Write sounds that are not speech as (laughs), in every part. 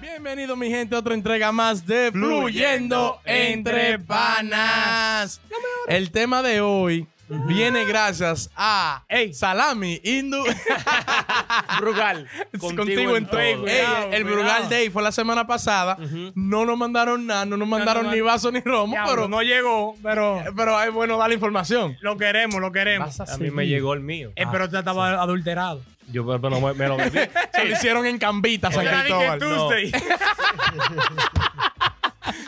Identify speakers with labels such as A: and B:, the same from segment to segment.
A: Bienvenido mi gente a otra entrega más de Fluyendo entre panas. El tema de hoy viene gracias a
B: Ey.
A: Salami Indu (laughs)
B: Brugal.
A: contigo, en todo.
B: Ey,
A: Ey,
B: cuidado,
A: el
B: cuidado.
A: Brugal Day fue la semana pasada. No nos mandaron nada, no nos mandaron
B: no,
A: ni
B: no.
A: vaso ni romo,
B: Diablo,
A: pero
B: no llegó, pero
A: pero es bueno dar la información.
B: lo queremos, lo queremos.
C: A mí me llegó el mío.
B: Eh, pero usted estaba adulterado.
C: Yo pero no me, me lo metí.
A: Se lo hicieron en Cambita, San
B: Era
A: Cristóbal.
B: Lincoln Tuesday.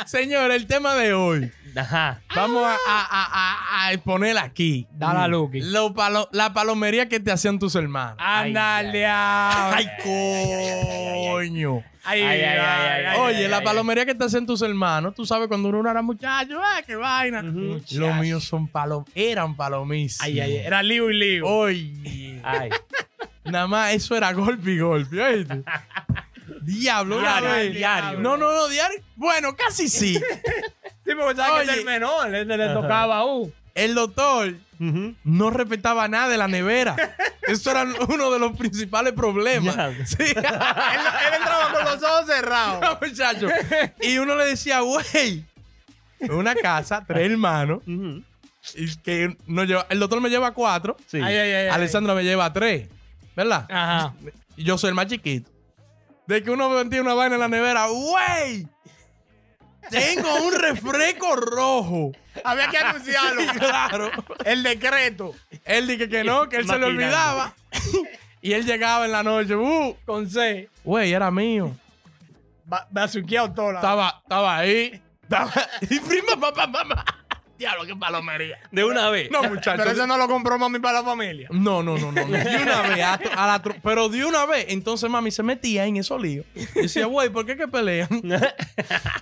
A: Señor, el tema de hoy.
C: Ajá.
A: Vamos a, a- a- a- a exponer aquí.
B: Da la Luqui. Ah,
A: Lo palo- la palomería que te hacían tus hermanos.
B: Ándale.
A: Ay,
B: Ay,
A: coño.
B: ay,
C: ay, ay, ay, ay,
A: Oye, la
C: ay.
A: palomería que te hacen tus hermanos, tú sabes cuando uno era muchacho, ¡ah, qué vaina! Los míos son palom eran palomis.
B: Ay, ay, ay. Era lío y lío.
A: Oh. Oye,
C: Ay.
A: nada más eso era golpe y golpe, ¿oíste? Diablo, una
B: Diario,
A: vez.
B: diario.
A: No, no, no, diario. Bueno, casi sí.
B: Sí, porque sabes que
A: Oye.
B: era el menor. Le, le tocaba a uh.
A: El doctor no respetaba nada de la
B: (laughs)
A: nevera. Eso era uno de los principales problemas.
C: Ya.
A: Sí.
B: (laughs) Él, él entraba con los ojos
A: (laughs)
B: cerrados.
A: No, muchacho. Y uno le decía, güey, una casa, tres hermanos, y que no lleva, el doctor me lleva cuatro,
C: Sí.
B: Ay, ay, ay. ay.
A: Alessandra me lleva tres, ¿verdad?
B: Ajá.
A: Y yo soy el más chiquito. De que uno metía una vaina en la nevera, güey, tengo un refresco rojo.
B: Había que anunciarlo.
A: (laughs) Sí, claro.
B: El decreto.
A: Él dije que no, que él se le
C: Maquinando.
A: olvidaba. Y él llegaba en la noche, "Uh,
B: Con C.
A: güey, era mío.
B: Ba- Bazuqueado todo. la-
A: Estaba, estaba ahí. Estaba, y prima, papá, mamá. Diablo, qué palomería.
C: De una vez.
A: No, muchachos.
B: Pero eso no lo compró mami para la familia.
A: No, no, no, no, no. De una vez, a, to- a la tro- pero de una vez. Entonces mami se metía en esos líos. Y decía, güey, ¿por qué que
B: (laughs)
A: pelean?
B: ¿Qué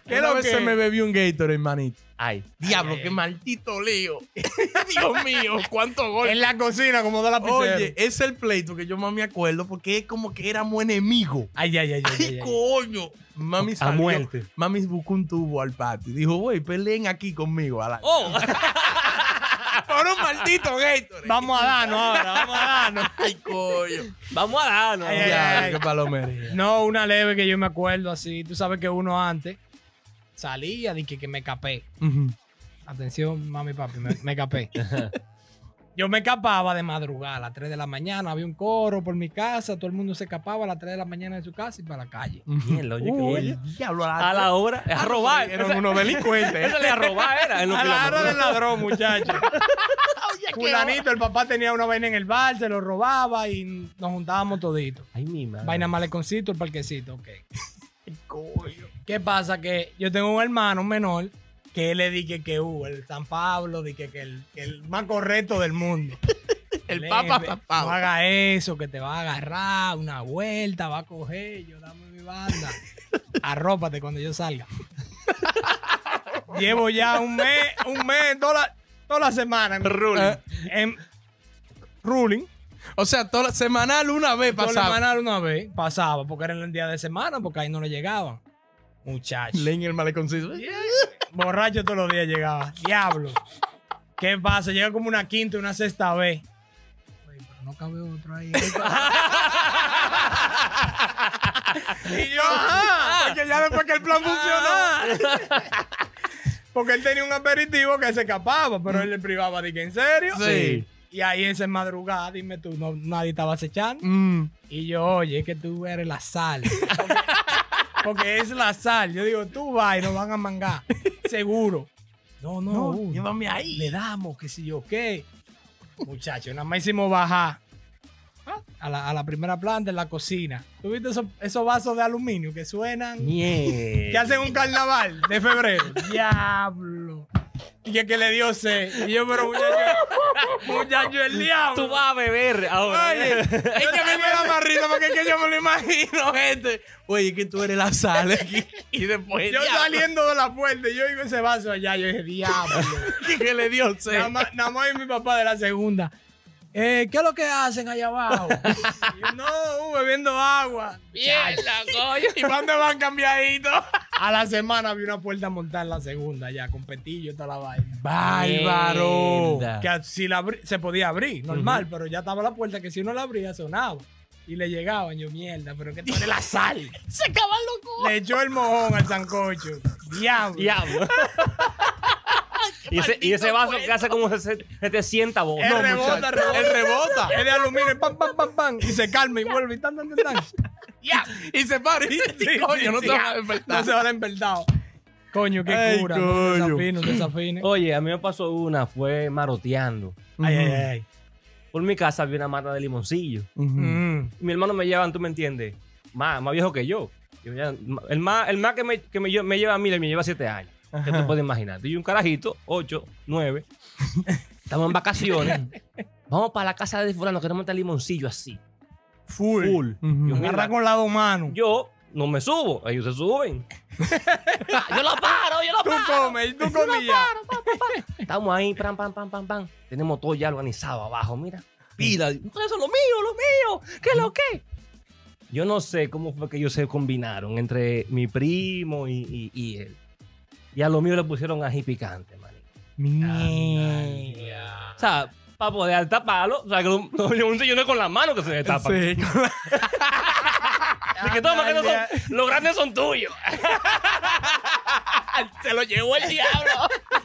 A: ¿Qué una
B: lo
A: vez
B: que?
A: se me bebió un Gatorade, hermanito.
C: Ay.
A: Diablo, qué maldito lío. (laughs) Dios mío, cuánto
B: En
A: gol.
B: la cocina, como da la pizzería.
A: Oye, es el pleito que yo más me acuerdo porque es como que éramos enemigos.
B: Ay, ay, ay, ay, ay,
A: ¡Ay,
B: ay.
A: coño! Mami salió.
C: muerte.
A: Mami buscó un tubo al patio. y Dijo, güey, peleen aquí conmigo. A la...
C: Oh.
A: (laughs)
C: (laughs)
A: Por un maldito Gatorade.
B: Vamos a darnos ahora, vamos a darnos.
A: Ay, coño.
C: Vamos a darnos.
B: Ay, ay,
C: Ya.
A: Ya,
B: ay.
A: qué palomería.
B: No, una leve que yo me acuerdo así. Tú sabes que uno antes salía, dije que me capé.
A: Ujú.
B: Atención, mami, papi, me, me capé. Yo me escapaba de madrugada a las 3 de la mañana. Había un coro por mi casa. Todo el mundo se escapaba a las 3 de la mañana de su casa y para la calle.
C: Mierda, oye, qué
A: Uy,
C: bueno.
A: el diablo.
C: A la hora. A robar.
A: Eran
C: Esa
A: unos delincuentes.
C: esa (laughs) le a robar era. en los
B: A la hora
C: kilómetros.
B: del ladrón, muchacho. Fulanito, el papá tenía una vaina en el bar, se lo robaba y nos juntábamos toditos.
C: Ay, mi madre.
B: Vaina maleconcito, el parquecito, ok. ¿Qué pasa? Que yo tengo un hermano menor que él le dije que hubo, el San Pablo, dije que el, que el más correcto del mundo.
A: (laughs) El
B: Le-
A: papa,
B: ve, No
A: papá.
B: haga eso, que te va a agarrar una vuelta, va a coger, yo dame
A: (laughs)
B: mi banda. Arrópate cuando yo salga. (laughs) Llevo ya un mes, un mes, toda la, toda la semana. en- eh,
C: Ruling.
B: en- ruling.
A: O sea, toda la- semanal una vez
B: Toda la
A: pasaba.
B: semana una vez pasaba, porque era el día de semana, porque ahí no le llegaban. Muchachos.
A: Leen el maleconcito.
B: (laughs) Borracho todos los días llegaba. Diablo. ¿Qué pasa? Llega como una quinta, una sexta vez. Güey, pero no cabe otro ahí. y yo, "Ah, ajá.
A: Porque ya después que el plan
B: funcionó. Porque él tenía un aperitivo que se escapaba, pero él le privaba de que en serio.
A: Sí.
B: Y ahí esa madrugada, dime tú, no, nadie estaba acechando.
A: Mm.
B: Y yo, oye, es que tú eres la sal. Porque, porque es la sal. Yo digo, tú vas y nos van a mangar. Seguro. No, no,
A: No,
B: uh,
A: llévame ahí.
B: le damos, qué sé yo, qué. Muchachos, nada más hicimos bajar a la, a la primera planta en la cocina. ¿Tuviste esos, esos vasos de aluminio que suenan?
C: Mierda.
B: Que hacen un carnaval de febrero. Diablo. Y que, que le dio sed. Y yo, pero muchacho, muchacho, el diablo.
C: Tú vas a beber ahora.
A: Oye,
B: eh.
C: (laughs)
A: es que a mí me da más risa porque es que yo me lo imagino, gente. Oye, es que tú eres la sal aquí. Y después.
B: Yo
A: diablo,
B: saliendo de la puerta, y yo digo ese vaso allá, yo dije, diablo.
A: Que le dio sed.
C: (laughs)
B: nada, más, nada más y mi papá de la segunda. Eh, ¿Qué es lo que hacen
D: (laughs)
B: allá abajo? Y yo, no, uh, bebiendo agua.
A: ¿Y cuándo van cambiaditos?
B: A la semana vi una puerta montada en la segunda ya, con petillo y toda la vaina.
A: Bárbaro.
C: Mierda.
B: Que si la abrí- se podía abrir, normal, pero ya estaba la puerta que si uno la abría sonaba. Y le llegaban, yo, mierda, pero que tú eres la sal.
D: (laughs) Se acaban los cojos.
B: Le echó el mojón al sancocho. Diablo.
C: Diablo. y, ese, y ese
D: maldito
C: vaso
D: cuento.
C: que hace como 700 bolas.
B: Él
C: No,
B: rebota,
A: muchacho.
B: rebota.
A: Él rebota.
B: Es de aluminio, pam, pam, pam, pam. Y se calma y vuelve y tan, tan, tan, tan.
A: Y se para y
B: Sí,
A: coño,
B: sí,
A: no
B: sí.
A: te vas a despertar.
B: No se van a despertar. Coño, qué
A: Ay,
B: cura.
A: coño.
B: No desafines, no desafines.
C: Oye, a mí me pasó una, fue maroteando.
B: Ay, ay, ay.
C: Por mi casa había una mata de limoncillo.
B: Mm.
C: Mi hermano me llevan, tú me entiendes, más, más viejo que yo. Yo ya- el, más, el más que, me, que me, lle- me lleva a mí, me lleva 7 años. ¿Qué te puedes imaginar? Tú y un carajito, 8, 9. Estamos en vacaciones. Vamos para la casa de fulano, queremos este limoncillo así.
B: Full.
C: Full.
A: Ujú.
C: Yo,
B: Agarra
C: mira,
B: con la dos manos.
C: yo no me subo, ellos se suben. yo lo paro, yo lo
B: tú
C: paro.
B: comes, y tú comías.
C: Estamos ahí, pam, pam, pam, pam, pam. Tenemos todo ya organizado abajo, mira. Pila. Entonces, eso es lo mío, lo mío. ¿Qué es lo que? Yo no sé cómo fue que ellos se combinaron entre mi primo y, y- y él. Y a lo mío le pusieron ají picante, man. O sea, para poder taparlo, o sea, que lo- (laughs) los limoncillos no es con las manos que se destapan.
A: Sí, con la-
C: De que toma, que no son, los grandes son tuyos.
D: Se lo llevó el diablo.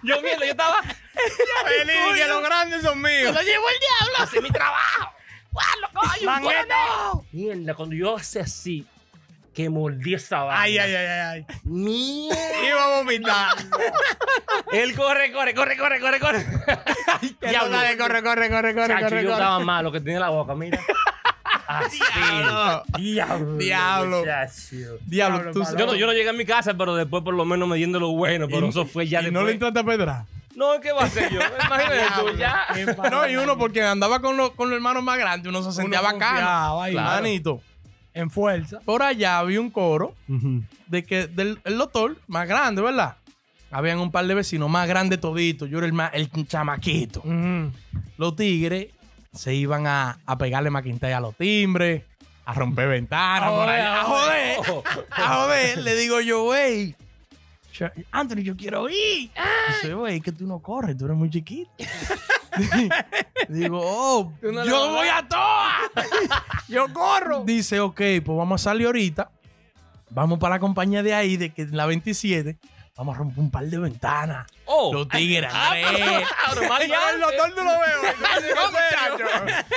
C: Yo mierda, yo estaba
B: Feliz, que los grandes son
D: Se
B: míos.
D: lo llevó el diablo. Hace mi trabajo. ¡Guarda, coño!
B: Mangueta.
D: ¡Bueno!
C: Mierda, cuando yo hice así, que mordí esa vaina.
B: Ay, ay, ay, ay. ay.
C: Mierda.
B: Iba a
C: (laughs)
B: vomitar.
C: Él corre, corre, corre, corre, corre, corre.
B: Diablo.
C: Diablo.
B: Dale, corre, corre, corre, corre,
C: Chacho,
B: corre,
C: yo
B: corre.
C: estaba malo, que tenía la boca, mira. Así. Diablo.
A: Diablo.
C: chacho.
A: Diablo, tú
C: Yo no, yo no llegué a mi casa, pero después por lo menos me dieron lo bueno, pero
A: Y-
C: eso fue ya
A: y
C: después.
A: no le entraste a pedra.
C: No, ¿qué va a hacer yo? Imagínate tú, ya.
B: Qué padre.
A: No, y uno porque andaba con los con los hermanos más grandes, uno se sentía bacano.
B: confiaba ahí,
C: Claro.
A: Manito,
B: En fuerza.
A: por allá había un coro de que del el doctor más grande, ¿verdad? Habían un par de vecinos más grandes toditos. Yo era el, más, el chamaquito.
B: Ujú.
A: Los tigres se iban a, a pegarle maquintalle a los timbres, a romper ventanas, por allá. A joder,
C: Oh.
A: a joder. Le digo yo, wey. yo- Anthony, yo quiero ir. Dice, güey, es que tú no corres, tú eres muy chiquito. (laughs) Digo, oh,
C: no le
A: yo
C: vas a
A: voy a
C: (laughs)
A: toa.
B: Yo corro.
A: Dice, ok, pues vamos a salir ahorita. Vamos para la compañía de ahí, de que en la 27, vamos a romper un par de ventanas.
C: Oh.
A: Los tigres, Andrés.
C: Ahora, más
B: Yo el doctor no lo (laughs) veo. ¿En serio?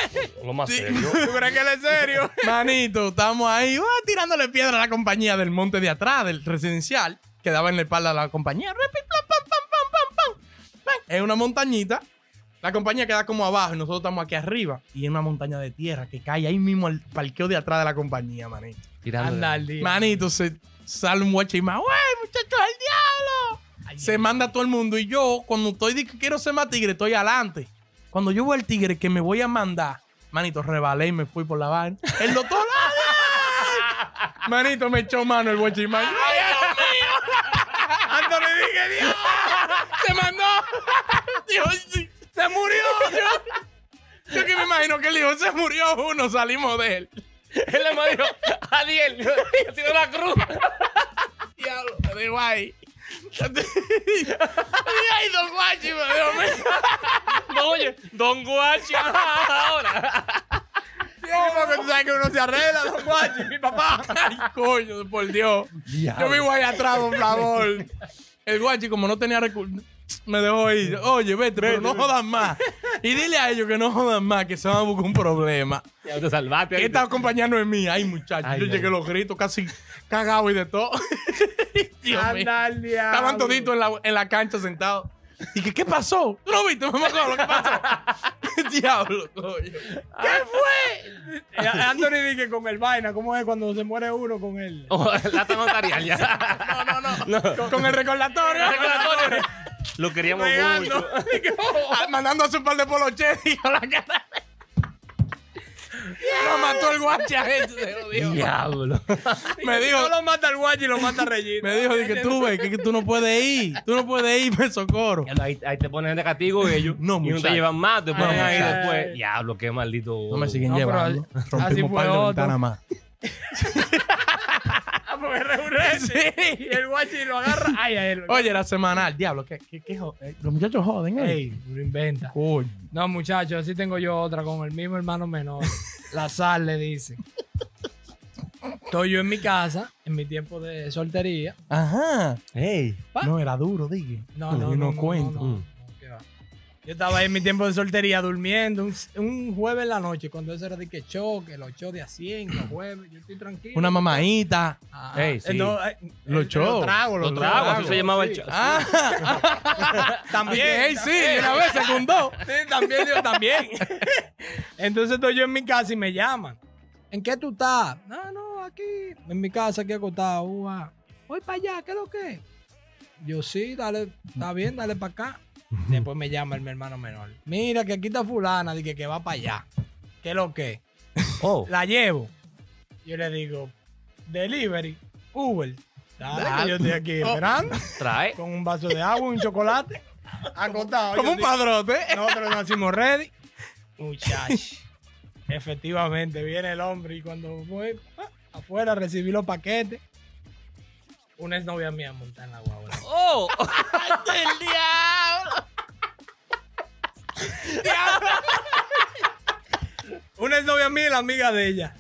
C: Lo más serio.
B: ¿Tú crees que él es serio?
A: (laughs) Manito, estamos ahí ah, tirándole piedra a la compañía del monte de atrás, del residencial, que daba en la espalda a la compañía. Repi, plam, pam, pam, pam, pam, pam, pam. Es una montañita. La compañía queda como abajo y nosotros estamos aquí arriba. Y es una montaña de tierra que cae ahí mismo al parqueo de atrás de la compañía, manito.
C: Tirándole.
B: Anda al día.
A: Manito, se sale un guache y más. ¡Wey, muchachos, el diablo! se manda a todo el mundo. Y yo, cuando estoy de que quiero ser más tigre, estoy adelante. Cuando yo voy al tigre que me voy a mandar, manito, rebalé y me fui por la vaina. El doctor. ¡ah! manito, me echó mano el guachimán.
B: Anthony, dije, Dios.
A: ¡Se mandó! Dios, sí. ¡Se murió! Yo, yo que me imagino que el hijo se murió uno, salimos de él.
C: (laughs) Él le me dijo, Adiel, (laughs) yo tiro la cruz. (laughs)
A: Diablo, me dejó ahí. Me dejó ahí dos guachis, me dejó- me-
C: No, oye, Don Guachi. (laughs) Ahora.
B: Porque tú sabes que uno se arregla, don Guachi, mi papá.
A: Ay, coño, por Dios. Yo vivo ahí atrás, por favor. El guachi, como no tenía recursos, me dejó ir. Oye, vete, pero no jodan más. Y dile a ellos que no jodan más, que se van a buscar un problema.
C: Ya te salvaste.
A: Que
C: ahí.
A: esta compañía no es mía. Ay, muchachos,
C: Ay,
A: yo
C: ay.
A: llegué los gritos casi cagado y de todo. Dios mío.
B: Anda al día.
A: Estaban toditos en la, en la cancha sentados. Y que, ¿qué pasó? ¿Tú no viste, mamá, lo que pasó? (laughs) Diablo, coño.
B: Eh, Anthony dije con el vaina, ¿cómo es cuando se muere uno con él?
C: Oh, (laughs) lata notarial ya.
A: No, no, no.
C: No.
A: Con el recordatorio.
C: Recordatorio. Lo queríamos
A: Pegando.
C: mucho.
B: (laughs) oh,
A: Ah, Mandando a su par de poloches y a la cara. Lo mató el guache a ese, se lo dijo.
C: Diablo.
A: Me dijo,
B: No lo mata el Guachi, lo (laughs) mata Regina.
A: me dijo, dije, tú ves, que, que tú no puedes ir. Tú no puedes ir, me socorro.
C: Ahí, ahí te ponen de castigo ellos.
A: No,
C: y no te
A: muchacho.
C: llevan más, te
A: No,
C: ponen ahí
B: muchacho.
C: después. Diablo, qué maldito.
A: No me siguen
B: No, pero
A: llevando. (laughs)
B: así
A: Rompimos un
B: fue
A: par de
B: otro.
A: ventanas más.
B: Ah, porque reúne. (laughs) Y el Guachi lo agarra. Ay, ay, lo...
A: Oye, era semanal. Diablo, ¿qué, qué, qué jo- eh, Los muchachos joden, ¿eh?
B: Ey, lo inventa.
A: Coño.
B: No, muchachos, así tengo yo otra con el mismo hermano menor. La sal le dice. Estoy yo en mi casa, en mi tiempo de soltería.
A: Ajá.
C: Ey.
B: Pa.
A: No, era duro, dije.
B: No, no,
A: Yo no
B: no,
A: cuento.
B: no, no, ¿qué va? Yo estaba ahí en mi tiempo de soltería durmiendo un, un jueves en la noche, cuando eso era de que choque, los shows de a 100, los jueves, yo estoy tranquilo.
A: Una mamaíta.
B: Ajá.
C: Ey, sí.
B: Entonces, eh,
A: Los
B: el-
A: shows.
B: Los tragos, los
C: Los tragos,
B: tragos.
C: así se llamaba el show.
A: Ah,
B: También.
A: ey, sí,
B: también.
A: de una vez secundó.
B: (laughs) Sí, también, digo, también. (laughs) Entonces estoy yo en mi casa y me llaman. ¿En qué tú estás? No, no, aquí. En mi casa, aquí acostado. Ua. Voy para allá, ¿qué es lo que? es? Yo sí, dale, está bien, dale para acá. Después me llama el, mi hermano menor. Mira, que aquí está fulana, dije que va para allá. ¿Qué es lo que? es?
C: Oh.
B: La llevo. Yo le digo, delivery, Uber. Dale, que yo estoy aquí esperando,
C: Trae.
B: con un vaso de agua, un chocolate, acostado.
A: (laughs)
B: Yo
A: Como un
B: estoy-
A: padrote.
B: nosotros nacimos ready. Muchacho. Efectivamente, viene el hombre y cuando voy ah, afuera recibí los paquetes. Una exnovia mía montada en la guagua.
C: Oh.
A: ¡El diablo!
B: Una exnovia mía y la amiga de ella.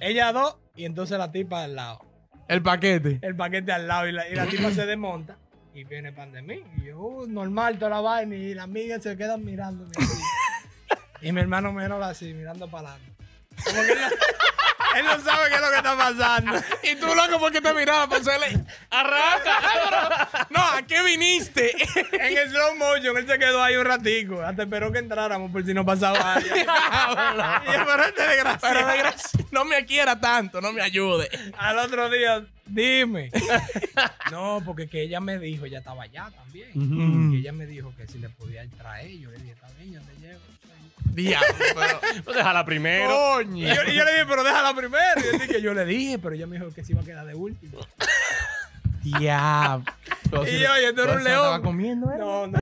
B: Ella dos y entonces la tipa al lado.
A: El paquete.
B: El paquete al lado y la, y la tipa se desmonta y viene pan de mí. Y yo, uh, normal, toda la vaina y la amiga se quedan mirándome. así. y mi hermano menor así, mirando para adelante. Como que él, él no sabe qué es lo que está pasando.
A: (laughs) Y tú, loco, porque te miraba para hacerle. ¡Arranca! cabrón! No, ¿a qué
B: (laughs)
A: viniste?
B: En el slow motion, él se quedó ahí un ratico. Hasta esperó que entráramos por si no pasaba algo. Y yo, pero este desgraciado.
A: Pero de gracia, no me quiera tanto, no me ayude.
B: Al otro día, dime. no, porque que ella me dijo, ella estaba allá también.
A: Ujú.
B: Y ella me dijo que si le podía traer, yo le dije, está bien, yo te llevo.
A: Diablo, pero.
C: Pues déjala primero.
B: Y
A: Coño.
B: yo, y yo le dije, pero déjala primero. Y yo, dije, yo le dije, pero ella me dijo que se iba a quedar de último.
A: Diablo.
B: Y oye, tú eres un león.
A: comiendo, ¿eh?
B: No, no.